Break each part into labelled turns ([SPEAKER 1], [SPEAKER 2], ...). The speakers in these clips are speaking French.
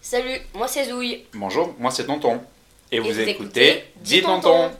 [SPEAKER 1] Salut, moi c'est Zouille.
[SPEAKER 2] Bonjour, moi c'est Tonton. Et, vous,
[SPEAKER 1] vous
[SPEAKER 2] écoutez
[SPEAKER 1] écoutez
[SPEAKER 2] Dis
[SPEAKER 1] Dis Tonton.
[SPEAKER 2] Tonton.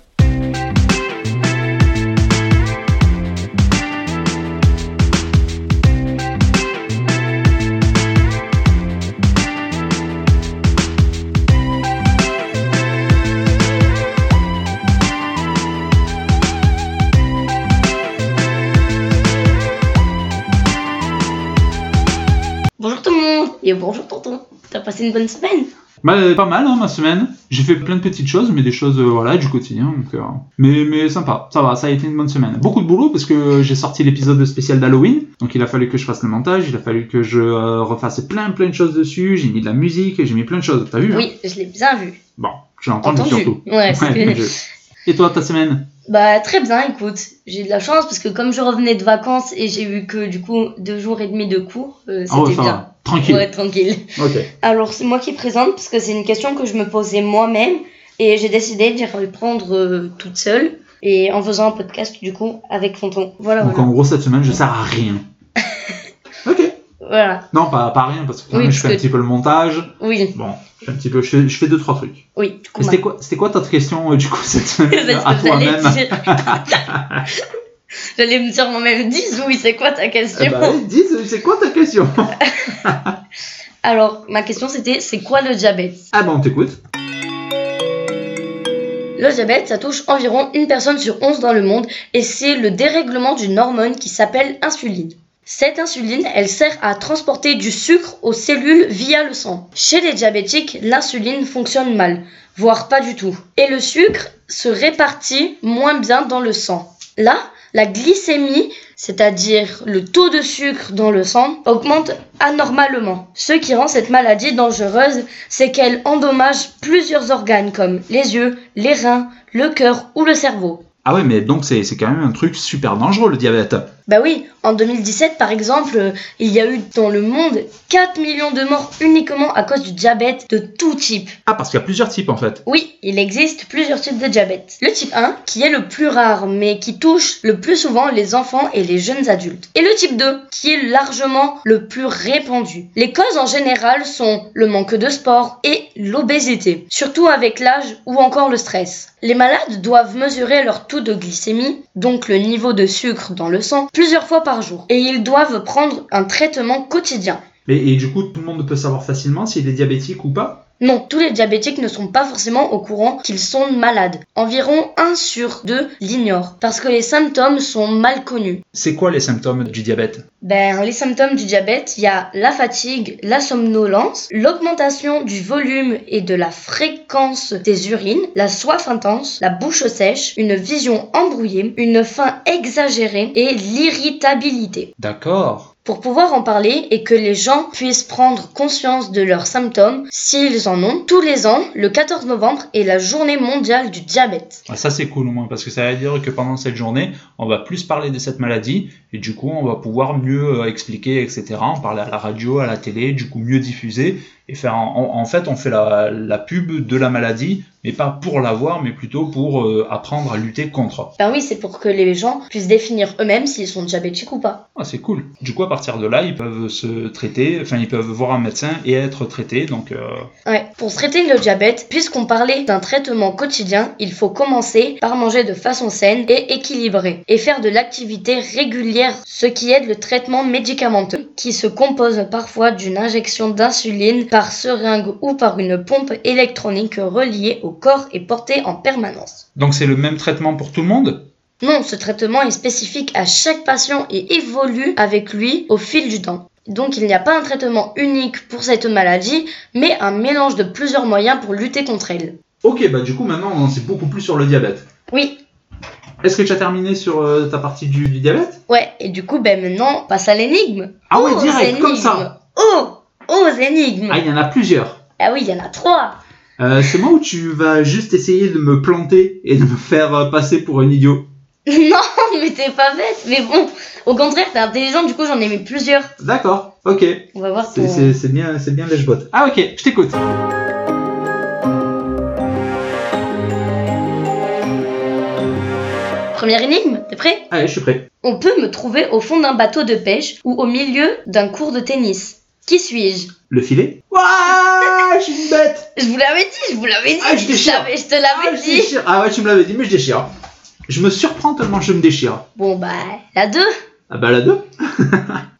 [SPEAKER 1] Bonjour tout le monde et bonjour tonton. T'as passé une bonne semaine
[SPEAKER 3] Bah, euh, pas mal hein, ma semaine. J'ai fait plein de petites choses, mais des choses euh, voilà du quotidien. Donc, euh, mais mais sympa, ça va, ça a été une bonne semaine. Beaucoup de boulot parce que euh, j'ai sorti l'épisode spécial d'Halloween, donc il a fallu que je fasse le montage, il a fallu que je euh, refasse plein plein de choses dessus. J'ai mis de la musique, j'ai mis plein de choses. T'as vu hein
[SPEAKER 1] Oui, je l'ai bien vu.
[SPEAKER 3] Bon, je l'ai entendu,
[SPEAKER 1] Entendu.
[SPEAKER 3] surtout.
[SPEAKER 1] Ouais, c'est
[SPEAKER 3] Ouais,
[SPEAKER 1] que-
[SPEAKER 3] je- Et toi, ta semaine
[SPEAKER 1] Bah très bien, écoute, j'ai de la chance parce que comme je revenais de vacances et j'ai eu que du coup deux jours et demi de cours, euh, c'était
[SPEAKER 3] Ah ouais, ça
[SPEAKER 1] bien.
[SPEAKER 3] va. Tranquille.
[SPEAKER 1] Ouais, tranquille.
[SPEAKER 3] Ok.
[SPEAKER 1] Alors c'est moi qui présente parce que c'est une question que je me posais moi-même et j'ai décidé d'y répondre euh, toute seule et en faisant un podcast du coup avec Tonton. Voilà,
[SPEAKER 3] Donc
[SPEAKER 1] voilà.
[SPEAKER 3] en gros cette semaine, je sers à rien. ok.
[SPEAKER 1] Voilà,
[SPEAKER 3] Non, pas, pas rien parce que quand
[SPEAKER 1] Oui,
[SPEAKER 3] même, je
[SPEAKER 1] parce
[SPEAKER 3] fais un
[SPEAKER 1] que-
[SPEAKER 3] petit peu le montage.
[SPEAKER 1] oui,
[SPEAKER 3] Bon, je fais un petit peu, je fais, je fais deux trois trucs.
[SPEAKER 1] oui. Du coup,
[SPEAKER 3] Mais C'était quoi, c'était quoi ta question euh, du coup cette
[SPEAKER 1] C'est
[SPEAKER 3] semaine
[SPEAKER 1] ce
[SPEAKER 3] à
[SPEAKER 1] que j'allais
[SPEAKER 3] toi-même
[SPEAKER 1] dire. J'allais me dire moi-même, dis oui, c'est quoi ta question
[SPEAKER 3] Eh ben, allez, dis, euh, c'est quoi ta question
[SPEAKER 1] Alors, ma question c'était, c'est quoi le diabète
[SPEAKER 3] Ah bon, on t'écoute.
[SPEAKER 1] Le diabète, ça touche environ une personne sur 11 dans le monde et c'est le dérèglement d'une hormone qui s'appelle insuline. Cette insuline, elle sert à transporter du sucre aux cellules via le sang. Chez les diabétiques, l'insuline fonctionne mal, voire pas du tout. Et le sucre se répartit moins bien dans le sang. Là, la glycémie, c'est-à-dire le taux de sucre dans le sang, augmente anormalement. Ce qui rend cette maladie dangereuse c'est qu'elle endommage plusieurs organes comme les yeux, les reins, le cœur ou le cerveau.
[SPEAKER 3] Ah ouais, mais donc c'est c'est quand même un truc super dangereux le diabète.
[SPEAKER 1] Bah oui, en 2017 par exemple, euh, il y a eu dans le monde 4 millions de morts uniquement à cause du diabète de tout type.
[SPEAKER 3] Ah, parce qu'il y a plusieurs types en fait.
[SPEAKER 1] Oui, il existe plusieurs types de diabète. Le type 1, qui est le plus rare mais qui touche le plus souvent les enfants et les jeunes adultes. Et le type 2, qui est largement le plus répandu. Les causes en général sont le manque de sport et l'obésité, surtout avec l'âge ou encore le stress. Les malades doivent mesurer leur taux de glycémie, donc le niveau de sucre dans le sang, plusieurs fois par jour. Et ils doivent prendre un traitement quotidien.
[SPEAKER 3] Mais, et du coup, tout le monde peut savoir facilement s'il est diabétique ou pas
[SPEAKER 1] Non, tous les diabétiques ne sont pas forcément au courant qu'ils sont malades. Environ 1 sur 2 l'ignore, parce que les symptômes sont mal connus.
[SPEAKER 3] C'est quoi les symptômes du diabète
[SPEAKER 1] Ben, les symptômes du diabète, il y a la fatigue, la somnolence, l'augmentation du volume et de la fréquence des urines, la soif intense, la bouche sèche, une vision embrouillée, une faim exagérée et l'irritabilité.
[SPEAKER 3] D'accord.
[SPEAKER 1] Pour pouvoir en parler et que les gens puissent prendre conscience de leurs symptômes, s'ils en ont, tous les ans, le 14 novembre est la journée mondiale du diabète.
[SPEAKER 3] Ah, ça c'est cool au moins, parce que ça veut dire que pendant cette journée, on va plus parler de cette maladie, et du coup, on va pouvoir mieux euh, expliquer, etc. En parler à la radio, à la télé, du coup, mieux diffuser, et faire. En, en- en fait, on fait la, la pub de la maladie, mais pas pour l'avoir, mais plutôt pour euh, apprendre à lutter contre.
[SPEAKER 1] Ben oui, c'est pour que les gens puissent définir eux-mêmes s'ils sont diabétiques ou pas.
[SPEAKER 3] Ah, c'est cool. Du coup, à partir de là, ils peuvent se traiter, enfin, ils peuvent voir un médecin et être traités. Donc, euh,
[SPEAKER 1] Ouais. Pour traiter le diabète, puisqu'on parlait d'un traitement quotidien, il faut commencer par manger de façon saine et équilibrée et faire de l'activité régulière, ce qui aide le traitement médicamenteux, qui se compose parfois d'une injection d'insuline par seringue ou par une pompe électronique reliée au corps et portée en permanence.
[SPEAKER 3] donc c'est le même traitement pour tout le monde.
[SPEAKER 1] Non, ce traitement est spécifique à chaque patient et évolue avec lui au fil du temps. Donc il n'y a pas un traitement unique pour cette maladie, mais un mélange de plusieurs moyens pour lutter contre elle.
[SPEAKER 3] Ok, bah du coup, maintenant, on en sait beaucoup plus sur le diabète.
[SPEAKER 1] Oui,
[SPEAKER 3] Est-ce que tu as terminé sur euh, ta partie du, du diabète
[SPEAKER 1] ouais, et du coup, ben maintenant, on passe à l'énigme.
[SPEAKER 3] Ah ouais,
[SPEAKER 1] Aux
[SPEAKER 3] direct, comme
[SPEAKER 1] énigmes.
[SPEAKER 3] ça.
[SPEAKER 1] Oh Aux énigmes
[SPEAKER 3] Ah, il y en a plusieurs.
[SPEAKER 1] Ah oui, il y en a trois
[SPEAKER 3] Euh, c'est moi où tu vas juste essayer de me planter et de me faire euh, passer pour un idiot
[SPEAKER 1] Non, mais t'es pas bête Mais bon, au contraire, t'es intelligent, du coup, j'en ai mis plusieurs.
[SPEAKER 3] D'accord, ok.
[SPEAKER 1] On va voir
[SPEAKER 3] C'est-
[SPEAKER 1] ton...
[SPEAKER 3] C'est c'est bien, c'est bien lèche-botte. Ah ok, je t'écoute.
[SPEAKER 1] Première énigme, t'es prêt
[SPEAKER 3] Allez, je suis prêt.
[SPEAKER 1] On peut me trouver au fond d'un bateau de pêche ou au milieu d'un cours de tennis. Qui suis-je
[SPEAKER 3] Le filet Waouh je suis une bête
[SPEAKER 1] Je vous l'avais dit, je vous l'avais dit.
[SPEAKER 3] Ah, je déchire.
[SPEAKER 1] l'avais- Je te
[SPEAKER 3] Ah,
[SPEAKER 1] l'avais
[SPEAKER 3] je
[SPEAKER 1] dit.
[SPEAKER 3] déchire. Ah ouais, tu me l'avais dit, mais je déchire. Je me surprends tellement je me déchire.
[SPEAKER 1] Bon, bah, la 2.
[SPEAKER 3] Ah bah la 2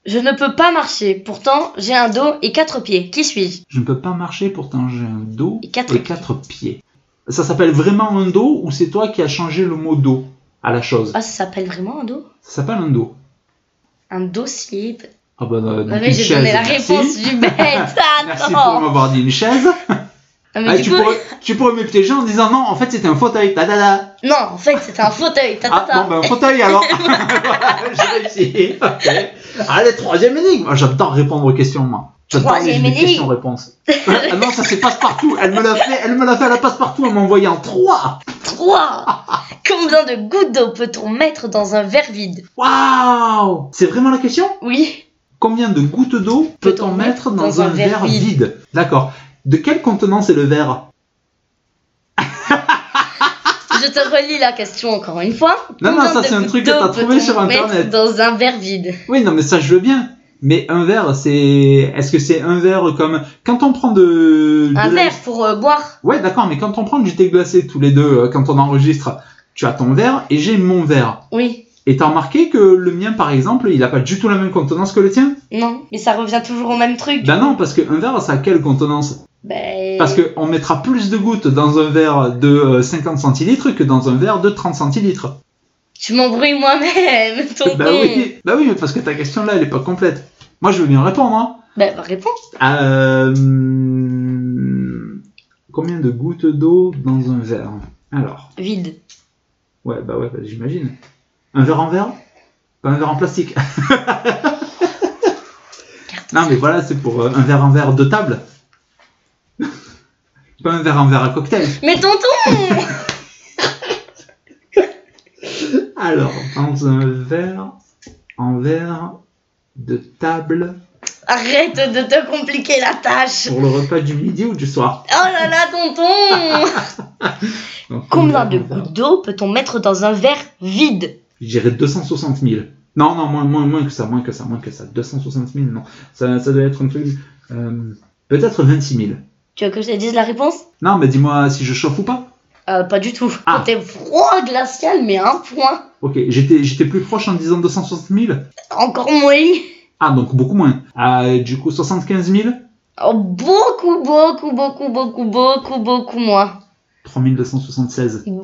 [SPEAKER 1] Je ne peux pas marcher, pourtant j'ai un dos et quatre pieds. Qui suis-je
[SPEAKER 3] Je ne peux pas marcher, pourtant j'ai un dos
[SPEAKER 1] Et quatre
[SPEAKER 3] et quatre pieds. Ça s'appelle vraiment un dos ou c'est toi qui as changé le mot dos à la chose
[SPEAKER 1] Ah, ça s'appelle vraiment un dos
[SPEAKER 3] Ça s'appelle un dos.
[SPEAKER 1] Un dos slip.
[SPEAKER 3] Ah bah, euh,
[SPEAKER 1] Non,
[SPEAKER 3] donc
[SPEAKER 1] mais
[SPEAKER 3] une
[SPEAKER 1] j'ai
[SPEAKER 3] chaise,
[SPEAKER 1] donné la
[SPEAKER 3] merci.
[SPEAKER 1] réponse du bête.
[SPEAKER 3] Merci pour
[SPEAKER 1] Attends.
[SPEAKER 3] m'avoir dit une chaise.
[SPEAKER 1] Non, mais
[SPEAKER 3] Ah,
[SPEAKER 1] du
[SPEAKER 3] tu,
[SPEAKER 1] coup,
[SPEAKER 3] pourrais, tu pourrais me piéger en disant non, en fait c'était un fauteuil. Ta, ta, ta.
[SPEAKER 1] non, en fait, c'était un fauteuil. Ta, ta,
[SPEAKER 3] Ah
[SPEAKER 1] ta.
[SPEAKER 3] bon, ben un fauteuil alors. Voilà, J'ai réussi. Ok. Allez, troisième énigme. Ah, J'adore répondre aux questions, moi. J'adore les
[SPEAKER 1] Troisième
[SPEAKER 3] jeux de
[SPEAKER 1] énigme.
[SPEAKER 3] questions-réponses. ah non, ça c'est passe-partout. Elle me l'a fait, elle me l'a fait à la passe-partout en m'envoyant trois.
[SPEAKER 1] 3. Combien de gouttes d'eau peut-on mettre dans un verre vide
[SPEAKER 3] Waouh C'est vraiment la question
[SPEAKER 1] Oui.
[SPEAKER 3] Combien de gouttes d'eau peut-on mettre dans, un, verre, vide, D'accord. De quelle contenance est le verre
[SPEAKER 1] Je te relis la question encore une fois.
[SPEAKER 3] Non, non,
[SPEAKER 1] Combien
[SPEAKER 3] ça,
[SPEAKER 1] de
[SPEAKER 3] c'est un
[SPEAKER 1] gouttes
[SPEAKER 3] truc que
[SPEAKER 1] d'eau
[SPEAKER 3] t'as trouvé
[SPEAKER 1] peut-on
[SPEAKER 3] sur
[SPEAKER 1] mettre
[SPEAKER 3] Internet.
[SPEAKER 1] Dans un verre vide.
[SPEAKER 3] Oui, non, mais ça, je veux bien. Mais un verre, c'est. Est-ce que c'est un verre comme. Quand on prend de.
[SPEAKER 1] Un
[SPEAKER 3] de la-
[SPEAKER 1] verre pour euh, boire.
[SPEAKER 3] Ouais, d'accord, mais quand on prend du thé glacé tous les deux, euh, quand on enregistre, tu as ton verre et j'ai mon verre.
[SPEAKER 1] Oui.
[SPEAKER 3] Et t'as remarqué que le mien, par exemple, il n'a pas du tout la même contenance que le tien
[SPEAKER 1] Non. Mais ça revient toujours au même truc.
[SPEAKER 3] Ben non, parce qu'un verre, ça a quelle contenance
[SPEAKER 1] Ben,
[SPEAKER 3] Parce qu'on mettra plus de gouttes dans un verre de euh, 50 centilitres que dans un verre de 30 centilitres.
[SPEAKER 1] Tu m'embrouilles moi-même, ton
[SPEAKER 3] Bah
[SPEAKER 1] con.
[SPEAKER 3] oui, bah oui, mais parce que ta question là, elle est pas complète. Moi, je veux bien répondre, hein.
[SPEAKER 1] Bah, bah, réponds.
[SPEAKER 3] Euh, Combien de gouttes d'eau dans un verre Alors,
[SPEAKER 1] Vide.
[SPEAKER 3] ouais, bah ouais, bah j'imagine. Un verre en verre Pas un verre en plastique. non, mais voilà, c'est pour euh, un verre en verre de table. Pas un verre en verre à cocktail.
[SPEAKER 1] Mais tonton
[SPEAKER 3] Alors, dans un verre en verre de table
[SPEAKER 1] Arrête de te compliquer la tâche. Oh
[SPEAKER 3] pour le repas du midi ou du soir.
[SPEAKER 1] là là, tonton
[SPEAKER 3] Donc,
[SPEAKER 1] Combien
[SPEAKER 3] un
[SPEAKER 1] de
[SPEAKER 3] verre en verre.
[SPEAKER 1] gouttes d'eau peut-on mettre dans un verre vide
[SPEAKER 3] Je dirais 260 000. Non, non, moins, moins, moins que ça, moins que ça, moins que ça. 260 000, non. Ça, ça doit être un truc. euh, Peut-être 26 000.
[SPEAKER 1] Tu veux que je te dise la réponse
[SPEAKER 3] Non, mais dis-moi si je chauffe ou pas.
[SPEAKER 1] euh, Pas du tout.
[SPEAKER 3] Ah.
[SPEAKER 1] Quand T'es froid, glacial, mais un point.
[SPEAKER 3] Ok, j'étais j'étais plus proche en disant 260 000.
[SPEAKER 1] Encore moins.
[SPEAKER 3] Ah, donc beaucoup moins. Ah, du coup, 75 000
[SPEAKER 1] Oh, beaucoup, beaucoup, beaucoup, beaucoup, beaucoup, beaucoup moins.
[SPEAKER 3] 3276.
[SPEAKER 1] Beaucoup,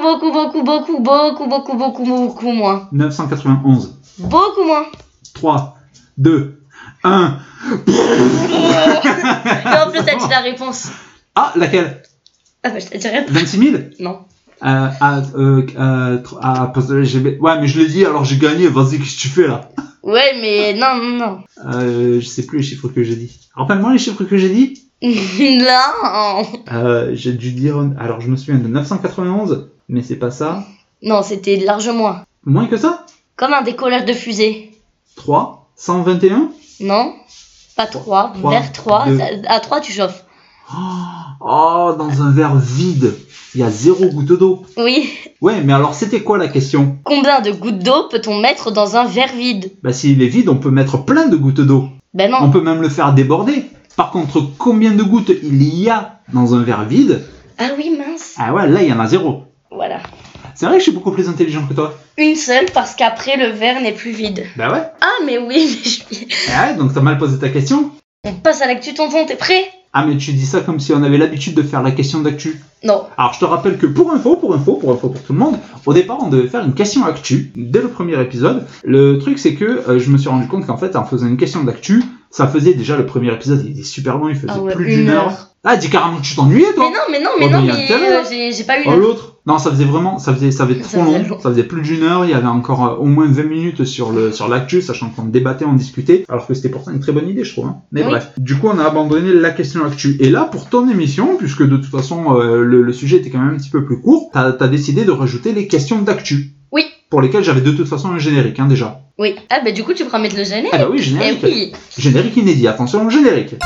[SPEAKER 1] beaucoup, beaucoup, beaucoup, beaucoup, beaucoup, beaucoup, beaucoup moins.
[SPEAKER 3] 991.
[SPEAKER 1] Beaucoup moins.
[SPEAKER 3] 3, 2, 1.
[SPEAKER 1] Euh. Et en plus, t'as dit la réponse.
[SPEAKER 3] Ah, laquelle
[SPEAKER 1] Ah bah, je te dirais.
[SPEAKER 3] 26 000
[SPEAKER 1] Non.
[SPEAKER 3] Euh, ah, euh, euh, tr- ah, parce que j'ai- ouais, mais je l'ai dit, alors j'ai gagné. Vas-y, qu'est-ce que tu fais là
[SPEAKER 1] Ouais, mais non, non, non.
[SPEAKER 3] Euh, je sais plus les chiffres que j'ai dit. Rappelle-moi les chiffres que j'ai dit.
[SPEAKER 1] non.
[SPEAKER 3] Euh, j'ai dû dire. Alors, je me souviens de 991, mais c'est pas ça.
[SPEAKER 1] Non, c'était largement moins.
[SPEAKER 3] Moins que ça
[SPEAKER 1] Comme un décollage de fusée.
[SPEAKER 3] 3, 121
[SPEAKER 1] Non Pas 3.
[SPEAKER 3] Trois,
[SPEAKER 1] Vers 3.
[SPEAKER 3] deux.
[SPEAKER 1] À 3, tu chauffes.
[SPEAKER 3] Oh, dans un verre vide. Il y a zéro goutte d'eau.
[SPEAKER 1] Oui.
[SPEAKER 3] Ouais, mais alors c'était quoi la question
[SPEAKER 1] Combien de gouttes d'eau peut-on mettre dans un verre vide
[SPEAKER 3] Bah, s'il est vide, on peut mettre plein de gouttes d'eau.
[SPEAKER 1] Ben
[SPEAKER 3] On
[SPEAKER 1] non.
[SPEAKER 3] peut même le faire déborder. Par contre, combien de gouttes il y a dans un verre vide
[SPEAKER 1] Ah oui, mince.
[SPEAKER 3] Ah ouais, là, il y en a zéro.
[SPEAKER 1] Voilà.
[SPEAKER 3] C'est vrai que je suis beaucoup plus intelligent que toi.
[SPEAKER 1] Une seule parce qu'après, le verre n'est plus vide.
[SPEAKER 3] Bah ouais.
[SPEAKER 1] Ah, mais oui, mais je suis-
[SPEAKER 3] Ah ouais, donc t'as mal posé ta question.
[SPEAKER 1] On passe à l'actu, tonton, t'es prêt
[SPEAKER 3] Ah mais tu dis ça comme si on avait l'habitude de faire la question d'actu.
[SPEAKER 1] Non.
[SPEAKER 3] Alors je te rappelle que pour info, pour info, pour info pour tout le monde, au départ on devait faire une question actu dès le premier épisode. Le truc c'est que euh, je me suis rendu compte qu'en fait en faisant une question d'actu, ça faisait déjà le premier épisode, il était super long, il faisait
[SPEAKER 1] Ah ouais,
[SPEAKER 3] plus d'une
[SPEAKER 1] une
[SPEAKER 3] heure.
[SPEAKER 1] heure.
[SPEAKER 3] Ah dis carrément que tu t'ennuyais
[SPEAKER 1] Mais
[SPEAKER 3] toi
[SPEAKER 1] non, mais non, mais
[SPEAKER 3] Oh,
[SPEAKER 1] non,
[SPEAKER 3] mais il y a
[SPEAKER 1] mais
[SPEAKER 3] tellement.
[SPEAKER 1] euh, j'ai j'ai pas eu
[SPEAKER 3] Oh
[SPEAKER 1] la...
[SPEAKER 3] l'autre Non ça faisait vraiment, ça faisait, ça faisait
[SPEAKER 1] Ça
[SPEAKER 3] trop
[SPEAKER 1] faisait
[SPEAKER 3] long,
[SPEAKER 1] long.
[SPEAKER 3] ça faisait plus d'une heure, il y avait encore euh, au moins 20 minutes sur le sur l'actu, sachant qu'on débattait, on discutait, alors que c'était pourtant une très bonne idée je trouve. hein. Mais
[SPEAKER 1] Oui.
[SPEAKER 3] bref, du coup on a abandonné la question actu. Et là pour ton émission, puisque de toute façon euh, le, le sujet était quand même un petit peu plus court, t'as as décidé de rajouter les questions d'actu.
[SPEAKER 1] Oui.
[SPEAKER 3] Pour lesquelles j'avais de toute façon un générique hein, déjà.
[SPEAKER 1] Oui. Ah, bah du coup, tu pourras mettre le générique.
[SPEAKER 3] Ah bah oui
[SPEAKER 1] Eh
[SPEAKER 3] générique.
[SPEAKER 1] oui.
[SPEAKER 3] Générique inédit, attention générique.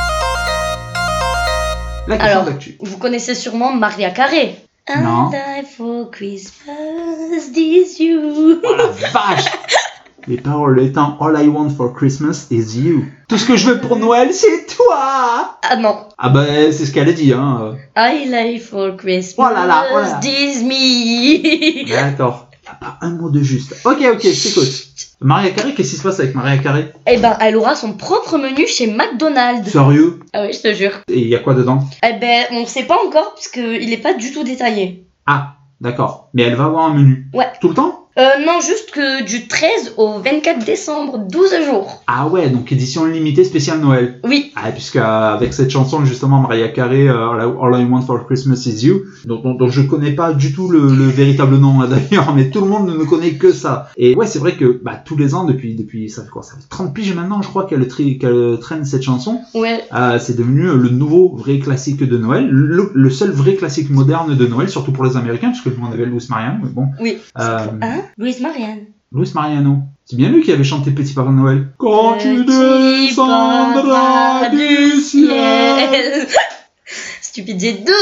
[SPEAKER 3] La question
[SPEAKER 1] Alors.
[SPEAKER 3] d'actu.
[SPEAKER 1] Vous connaissez sûrement Maria Carré.
[SPEAKER 3] Non.
[SPEAKER 1] And I for Christmas this you.
[SPEAKER 3] Oh la vache les paroles étant All I Want for Christmas is You. Tout ce que je veux pour Noël, c'est toi
[SPEAKER 1] Ah non.
[SPEAKER 3] Ah ben, c'est ce qu'elle a dit, hein.
[SPEAKER 1] I like for Christmas.
[SPEAKER 3] Oh là là, oh là là.
[SPEAKER 1] This me.
[SPEAKER 3] D'accord. Y a pas un mot de juste. Ok, ok, j'écoute. Maria Carré, qu'est-ce qui se passe avec Maria Carré
[SPEAKER 1] Eh ben, elle aura son propre menu chez McDonald's.
[SPEAKER 3] Sérieux
[SPEAKER 1] Ah oui, je te jure.
[SPEAKER 3] Et il y a quoi dedans
[SPEAKER 1] Eh ben, on sait pas encore parce qu'il n'est pas du tout détaillé.
[SPEAKER 3] Ah, d'accord. Mais elle va avoir un menu.
[SPEAKER 1] Ouais.
[SPEAKER 3] Tout le temps
[SPEAKER 1] Euh, non, juste que du 13 au 24 décembre, 12 jours.
[SPEAKER 3] Ah ouais, donc édition limitée spéciale Noël.
[SPEAKER 1] Oui,
[SPEAKER 3] Ah, puisque euh, avec cette chanson, justement, Maria Carey, euh, All I Want for Christmas is You, dont, dont- dont je connais pas du tout le, le véritable nom hein, d'ailleurs, mais tout le monde ne connaît que ça. Et ouais, c'est vrai que bah, tous les ans, depuis, depuis ça fait quoi Ça fait 30 piges maintenant, je crois, qu'elle tri- qu'elle traîne cette chanson.
[SPEAKER 1] ouais.
[SPEAKER 3] Euh, c'est devenu euh, le nouveau vrai classique de Noël, le, le seul vrai classique moderne de Noël, surtout pour les Américains, parce que tout le monde avait Louis Mariano, mais bon.
[SPEAKER 1] Oui.
[SPEAKER 3] Euh,
[SPEAKER 1] Hein Louise Marianne.
[SPEAKER 3] Louis Mariano. C'est bien lui qui avait chanté Petit Papa Noël. Quand tu
[SPEAKER 1] Petit
[SPEAKER 3] descendras
[SPEAKER 1] papa
[SPEAKER 3] du ciel.
[SPEAKER 1] Stupidité 2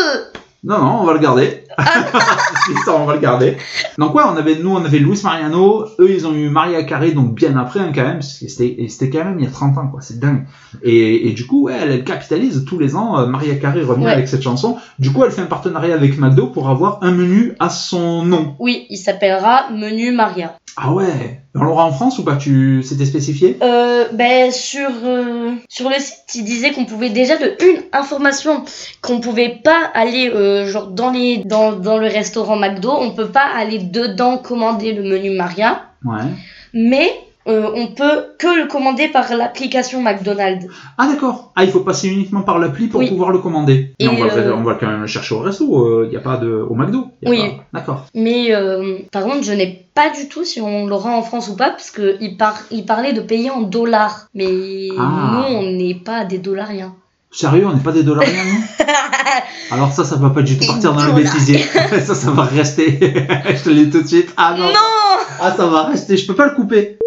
[SPEAKER 3] Non, non, on va le garder. Si, ça, on va le garder. Donc ouais, on avait, nous, on avait Luis Mariano. Eux, ils ont eu Maria Carré, donc bien après, hein, quand même. parce que C'était et c'était quand même il y a 30 ans, quoi. C'est dingue. Et, et du coup, ouais, elle, elle capitalise tous les ans. euh, Maria Carré revient
[SPEAKER 1] Ouais.
[SPEAKER 3] avec cette chanson. Du coup, elle fait un partenariat avec McDo pour avoir un menu à son nom.
[SPEAKER 1] Oui, il s'appellera Menu Maria.
[SPEAKER 3] Ah ouais. On l'aura en France ou pas Tu, c'était spécifié
[SPEAKER 1] Euh, ben, sur, euh, sur le site, il disait qu'on pouvait déjà de une information, qu'on pouvait pas aller euh, genre dans, les, dans, dans le restaurant McDo, on peut pas aller dedans commander le menu Maria,
[SPEAKER 3] Ouais.
[SPEAKER 1] mais euh, on peut que le commander par l'application McDonald's.
[SPEAKER 3] Ah d'accord. Ah, il faut passer uniquement par l'appli pour
[SPEAKER 1] Oui.
[SPEAKER 3] pouvoir le commander. Mais
[SPEAKER 1] Et,
[SPEAKER 3] on, va, le-
[SPEAKER 1] euh,
[SPEAKER 3] on va quand même le chercher au resto. Il n'y a pas de au McDo. Y a
[SPEAKER 1] Oui.
[SPEAKER 3] pas- D'accord.
[SPEAKER 1] Mais euh, par contre, je n'ai pas du tout si on l'aura en France ou pas, parce qu'il par... il parlait de payer en dollars. Mais
[SPEAKER 3] Ah.
[SPEAKER 1] nous, on n'est pas des dollariens.
[SPEAKER 3] Sérieux, on n'est pas des dollariens, non Alors ça, ça va pas du tout
[SPEAKER 1] Des
[SPEAKER 3] partir dans le
[SPEAKER 1] dollars.
[SPEAKER 3] bêtisier. ça, ça va rester. je te le dis tout de suite. Ah non. Ah, ça va rester. Je peux pas le couper.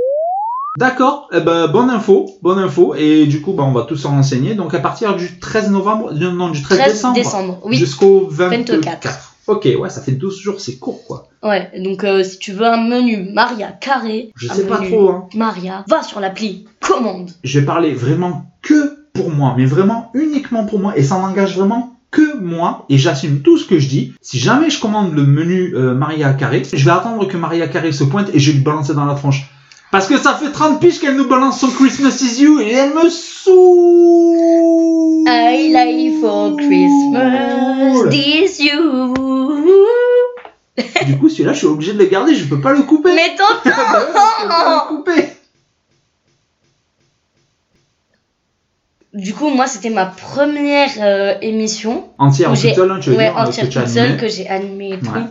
[SPEAKER 3] D'accord. Eh ben, bonne info, bonne info. Et du coup, bah, on va tous s'en renseigner. Donc à partir du 13 novembre, du- non, du 13,
[SPEAKER 1] 13
[SPEAKER 3] décembre,
[SPEAKER 1] décembre. Oui,
[SPEAKER 3] jusqu'au 24.
[SPEAKER 1] 24.
[SPEAKER 3] Ok, ouais, ça fait 12 jours, c'est court, quoi.
[SPEAKER 1] ouais. Donc euh, si tu veux un menu Maria carré,
[SPEAKER 3] Je
[SPEAKER 1] un
[SPEAKER 3] sais pas
[SPEAKER 1] menu
[SPEAKER 3] trop, hein.
[SPEAKER 1] Maria, va sur l'appli, commande.
[SPEAKER 3] Je vais parler vraiment que pour moi, mais vraiment uniquement pour moi, et ça n'engage vraiment que moi, et j'assume tout ce que je dis. Si jamais je commande le menu euh, Maria Carré, je vais attendre que Maria Carré se pointe et je vais lui balancer dans la tronche. Parce que ça fait 30 piges qu'elle nous balance son Christmas is you et elle me saoule.
[SPEAKER 1] I like for Christmas this you.
[SPEAKER 3] Du coup, celui-là, je suis obligé de le garder, je peux pas le couper.
[SPEAKER 1] Mais t'entends
[SPEAKER 3] Ah bah ouais, je peux pas le couper.
[SPEAKER 1] Du coup, moi, c'était ma première euh, émission.
[SPEAKER 3] Entière,
[SPEAKER 1] Où
[SPEAKER 3] toute
[SPEAKER 1] j'ai-
[SPEAKER 3] seule, hein, tu veux
[SPEAKER 1] ouais,
[SPEAKER 3] dire, avec
[SPEAKER 1] entière
[SPEAKER 3] que tu as
[SPEAKER 1] toute
[SPEAKER 3] animé.
[SPEAKER 1] seule que j'ai animée et tout.
[SPEAKER 3] Ouais.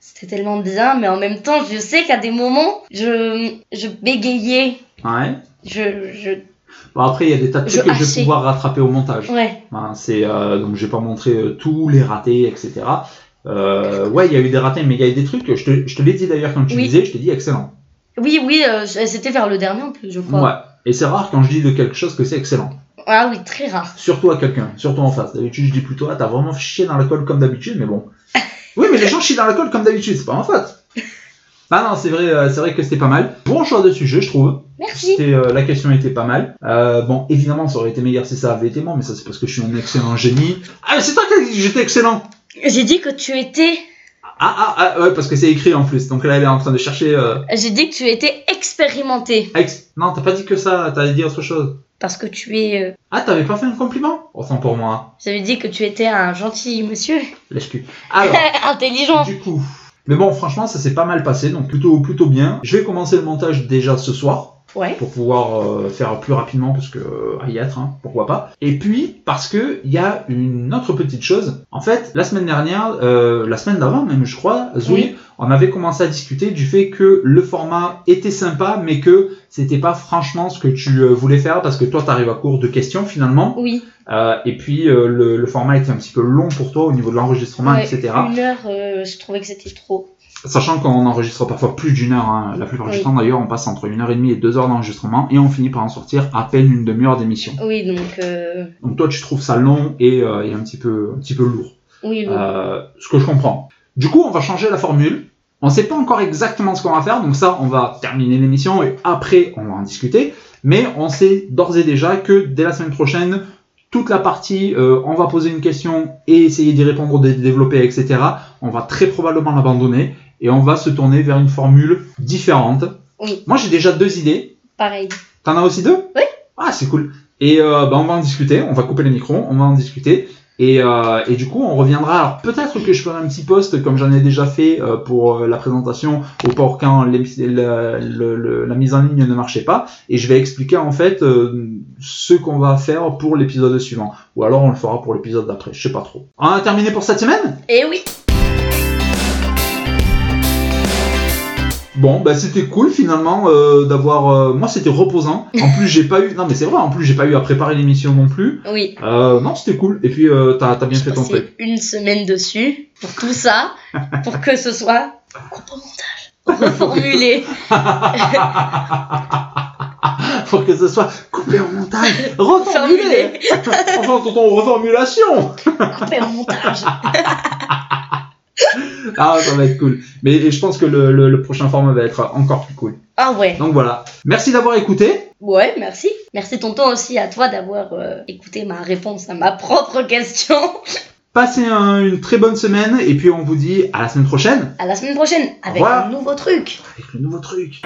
[SPEAKER 1] C'était tellement bien, mais en même temps, je sais qu'à des moments, je, je bégayais.
[SPEAKER 3] Ouais.
[SPEAKER 1] Je, je,
[SPEAKER 3] Bon, après, il y a des tas de
[SPEAKER 1] Je
[SPEAKER 3] trucs que je vais
[SPEAKER 1] hachais.
[SPEAKER 3] pouvoir rattraper au montage.
[SPEAKER 1] ouais.
[SPEAKER 3] Hein, c'est euh, donc j'ai pas montré euh, tous les ratés, etc. Euh, ouais, il y a eu des ratés, mais il y a eu des trucs. que Je te, je te l'ai dit d'ailleurs quand tu
[SPEAKER 1] Oui.
[SPEAKER 3] disais, je t'ai dit excellent.
[SPEAKER 1] Oui, oui, euh, c'était vers le dernier en plus, je crois.
[SPEAKER 3] Ouais. Et c'est rare quand je dis de quelque chose que c'est excellent.
[SPEAKER 1] Ah oui, très rare.
[SPEAKER 3] Surtout à quelqu'un, surtout en face. D'habitude, je dis plutôt, ah, t'as vraiment chié dans la colle comme d'habitude, mais bon. Oui, mais les gens chient dans la colle comme d'habitude, c'est pas ma faute. Ah non, c'est vrai, euh, c'est vrai que c'était pas mal. Bon choix de sujet, je trouve.
[SPEAKER 1] Merci.
[SPEAKER 3] C'était, euh, la question était pas mal. Euh, bon, évidemment, ça aurait été meilleur si ça avait été moi, mais ça c'est parce que je suis un excellent génie. Ah, mais c'est toi qui as dit que j'étais excellent
[SPEAKER 1] J'ai dit que tu étais,
[SPEAKER 3] Ah, ah, ah, ouais, parce que c'est écrit en plus. Donc là, elle est en train de chercher. Euh,
[SPEAKER 1] j'ai dit que tu étais expérimenté
[SPEAKER 3] ex- Non, t'as pas dit que ça, t'as dit autre chose.
[SPEAKER 1] parce que tu es. euh,
[SPEAKER 3] Ah, t'avais pas fait un compliment Autant pour moi. hein.
[SPEAKER 1] J'avais dit que tu étais un gentil monsieur,
[SPEAKER 3] Lèche cul. Alors,
[SPEAKER 1] intelligent.
[SPEAKER 3] du coup. Mais bon, franchement, ça s'est pas mal passé, donc plutôt, plutôt bien. Je vais commencer le montage déjà ce soir.
[SPEAKER 1] Ouais.
[SPEAKER 3] pour pouvoir euh, faire plus rapidement parce que euh, à y être, hein, pourquoi pas. Et puis parce que il y a une autre petite chose. En fait, la semaine dernière, euh, la semaine d'avant même, je crois, Zoé,
[SPEAKER 1] Oui.
[SPEAKER 3] on avait commencé à discuter du fait que le format était sympa, mais que c'était pas franchement ce que tu euh, voulais faire parce que toi, t'arrives à court de questions finalement.
[SPEAKER 1] Oui.
[SPEAKER 3] Euh, et puis euh, le, le format était un petit peu long pour toi au niveau de l'enregistrement,
[SPEAKER 1] Ouais,
[SPEAKER 3] etc.
[SPEAKER 1] Une heure, euh, je trouvais que c'était trop.
[SPEAKER 3] Sachant qu'on enregistre parfois plus d'une heure, hein. la plupart du
[SPEAKER 1] Oui.
[SPEAKER 3] temps d'ailleurs, on passe entre une heure et demie et deux heures d'enregistrement et on finit par en sortir à peine une demi-heure d'émission.
[SPEAKER 1] Oui, donc. euh,
[SPEAKER 3] Donc toi, tu trouves ça long et, euh, et un petit peu, un petit peu lourd,
[SPEAKER 1] Oui, oui.
[SPEAKER 3] Euh, ce que je comprends. Du coup, on va changer la formule. On ne sait pas encore exactement ce qu'on va faire, donc ça, on va terminer l'émission et après, on va en discuter. Mais on sait d'ores et déjà que dès la semaine prochaine, toute la partie, euh, on va poser une question et essayer d'y répondre, de développer, etc. On va très probablement l'abandonner et on va se tourner vers une formule différente.
[SPEAKER 1] Oui.
[SPEAKER 3] Moi, j'ai déjà deux idées.
[SPEAKER 1] Pareil.
[SPEAKER 3] T'en as aussi deux
[SPEAKER 1] Oui.
[SPEAKER 3] Ah, c'est cool. Et euh, bah, on va en discuter. On va couper les micros, on va en discuter. Et, euh, et du coup, on reviendra. Alors peut-être que je ferai un petit post comme j'en ai déjà fait euh, pour euh, la présentation ou pour quand les- le- le- le- la mise en ligne ne marchait pas. Et je vais expliquer en fait euh, ce qu'on va faire pour l'épisode suivant. Ou alors on le fera pour l'épisode d'après. Je sais pas trop. On a terminé pour cette semaine.
[SPEAKER 1] Et oui,
[SPEAKER 3] Bon, bah c'était cool finalement euh, d'avoir. euh, moi, c'était reposant. En plus, j'ai pas eu. Non, mais c'est vrai. En plus, j'ai pas eu à préparer l'émission non plus.
[SPEAKER 1] oui.
[SPEAKER 3] Euh, non, c'était cool. Et puis, euh, t'as t'as bien
[SPEAKER 1] J'ai
[SPEAKER 3] fait ton
[SPEAKER 1] passé
[SPEAKER 3] truc.
[SPEAKER 1] une semaine dessus pour tout ça, pour que ce soit coupé au montage, reformulé.
[SPEAKER 3] pour que ce soit coupé en montage, reformulé. enfin, tonton, reformulation.
[SPEAKER 1] Coupé au montage.
[SPEAKER 3] Ah, ça va être cool. Mais et je pense que le, le- le prochain format va être encore plus cool.
[SPEAKER 1] Ah ouais.
[SPEAKER 3] Donc voilà. Merci d'avoir écouté.
[SPEAKER 1] Ouais, merci. Merci tonton aussi à toi d'avoir euh, écouté ma réponse à ma propre question.
[SPEAKER 3] Passez un- une très bonne semaine et puis on vous dit à la semaine prochaine
[SPEAKER 1] À la semaine prochaine avec
[SPEAKER 3] revoir.
[SPEAKER 1] un nouveau truc.
[SPEAKER 3] avec le nouveau truc.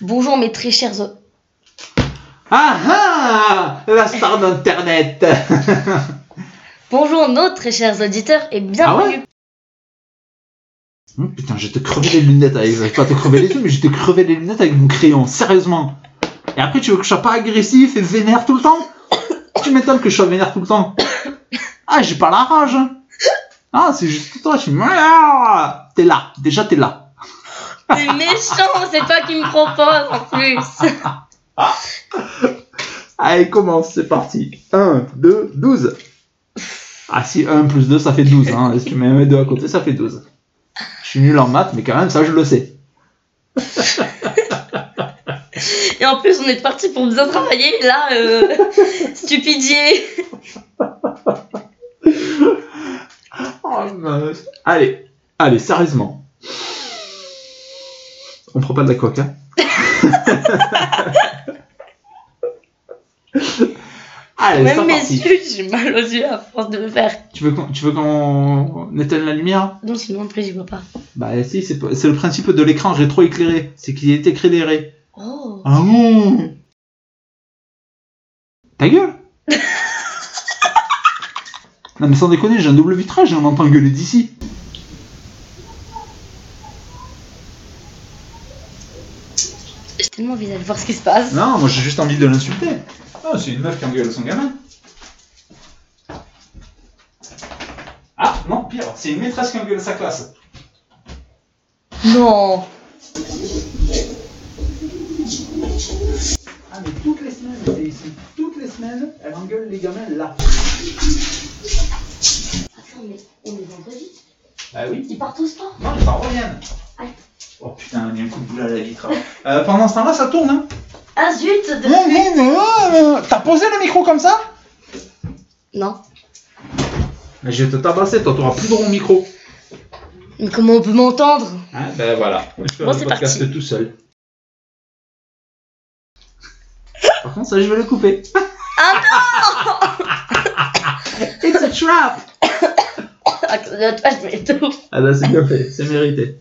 [SPEAKER 1] Bonjour mes très chers... o-
[SPEAKER 3] Ah ah La star d'internet.
[SPEAKER 1] Bonjour nos très chers auditeurs et
[SPEAKER 3] Ah
[SPEAKER 1] bienvenue.
[SPEAKER 3] Hum, Putain, je te crevais les lunettes avec. je vais Pas te crever les yeux, mais je te crevais les lunettes avec mon crayon, sérieusement. Et après, tu veux que je sois pas agressif et vénère tout le temps Tu m'étonnes que je sois vénère tout le temps. Ah, j'ai pas la rage. hein. Ah, c'est juste toi, je suis. T'es là, déjà t'es là.
[SPEAKER 1] T'es méchant, c'est toi qui me propose en plus.
[SPEAKER 3] Allez, commence, c'est parti. 1, 2, 12. Ah, si 1 plus 2, ça fait 12. Hein. Si tu mets 1 et 2 à côté, ça fait 12. Je suis nul en maths, mais quand même, ça, je le sais.
[SPEAKER 1] Et en plus on est parti pour bien travailler là, euh, stupidier.
[SPEAKER 3] Oh, mince. Allez, allez, sérieusement. On prend pas de la coque, hein Allez, c'est
[SPEAKER 1] Ah, Même mes
[SPEAKER 3] parti.
[SPEAKER 1] yeux, j'ai mal aux yeux à force de le faire.
[SPEAKER 3] Tu veux qu'on tu veux qu'on éteigne la lumière
[SPEAKER 1] Non sinon après j'y vois pas.
[SPEAKER 3] Bah si, c'est p- c'est le principe de l'écran rétroéclairé. C'est qu'il est éclairé.
[SPEAKER 1] Oh.
[SPEAKER 3] Ah non Ta gueule Non mais sans déconner, j'ai un double vitrage et on entend gueuler d'ici.
[SPEAKER 1] J'ai tellement envie d'aller voir ce qui se passe.
[SPEAKER 3] Non, moi j'ai juste envie de l'insulter.
[SPEAKER 4] Ah, c'est une meuf qui engueule son gamin.
[SPEAKER 3] Ah non, pire, c'est une maîtresse qui engueule sa classe.
[SPEAKER 1] Non.
[SPEAKER 3] Ah mais toutes les semaines, c'est ici. Toutes les semaines, elle engueule les gamins là.
[SPEAKER 1] Attends mais on est vendredi.
[SPEAKER 3] Bah oui.
[SPEAKER 1] Ils partent au sport.
[SPEAKER 3] Non, ils s'en reviennent.
[SPEAKER 1] Ah.
[SPEAKER 3] Oh putain, il y a un coup de boule à la vitre. Euh, pendant ce temps-là, ça tourne, hein
[SPEAKER 1] Ah zut. de-
[SPEAKER 3] Non, non, non, non. T'as posé le micro comme ça
[SPEAKER 1] Non.
[SPEAKER 3] Mais je vais te tabasser, toi, t'auras plus de rond micro.
[SPEAKER 1] Mais comment on peut m'entendre
[SPEAKER 3] Hein, ben voilà. Je fais
[SPEAKER 1] Bon,
[SPEAKER 3] un
[SPEAKER 1] c'est
[SPEAKER 3] podcast
[SPEAKER 1] parti.
[SPEAKER 3] tout seul. Par contre, ça, je vais le couper. Ah non It's a trap
[SPEAKER 1] À cause de toi je m'étouffe.
[SPEAKER 3] Ah bah c'est bien ben, fait, c'est mérité.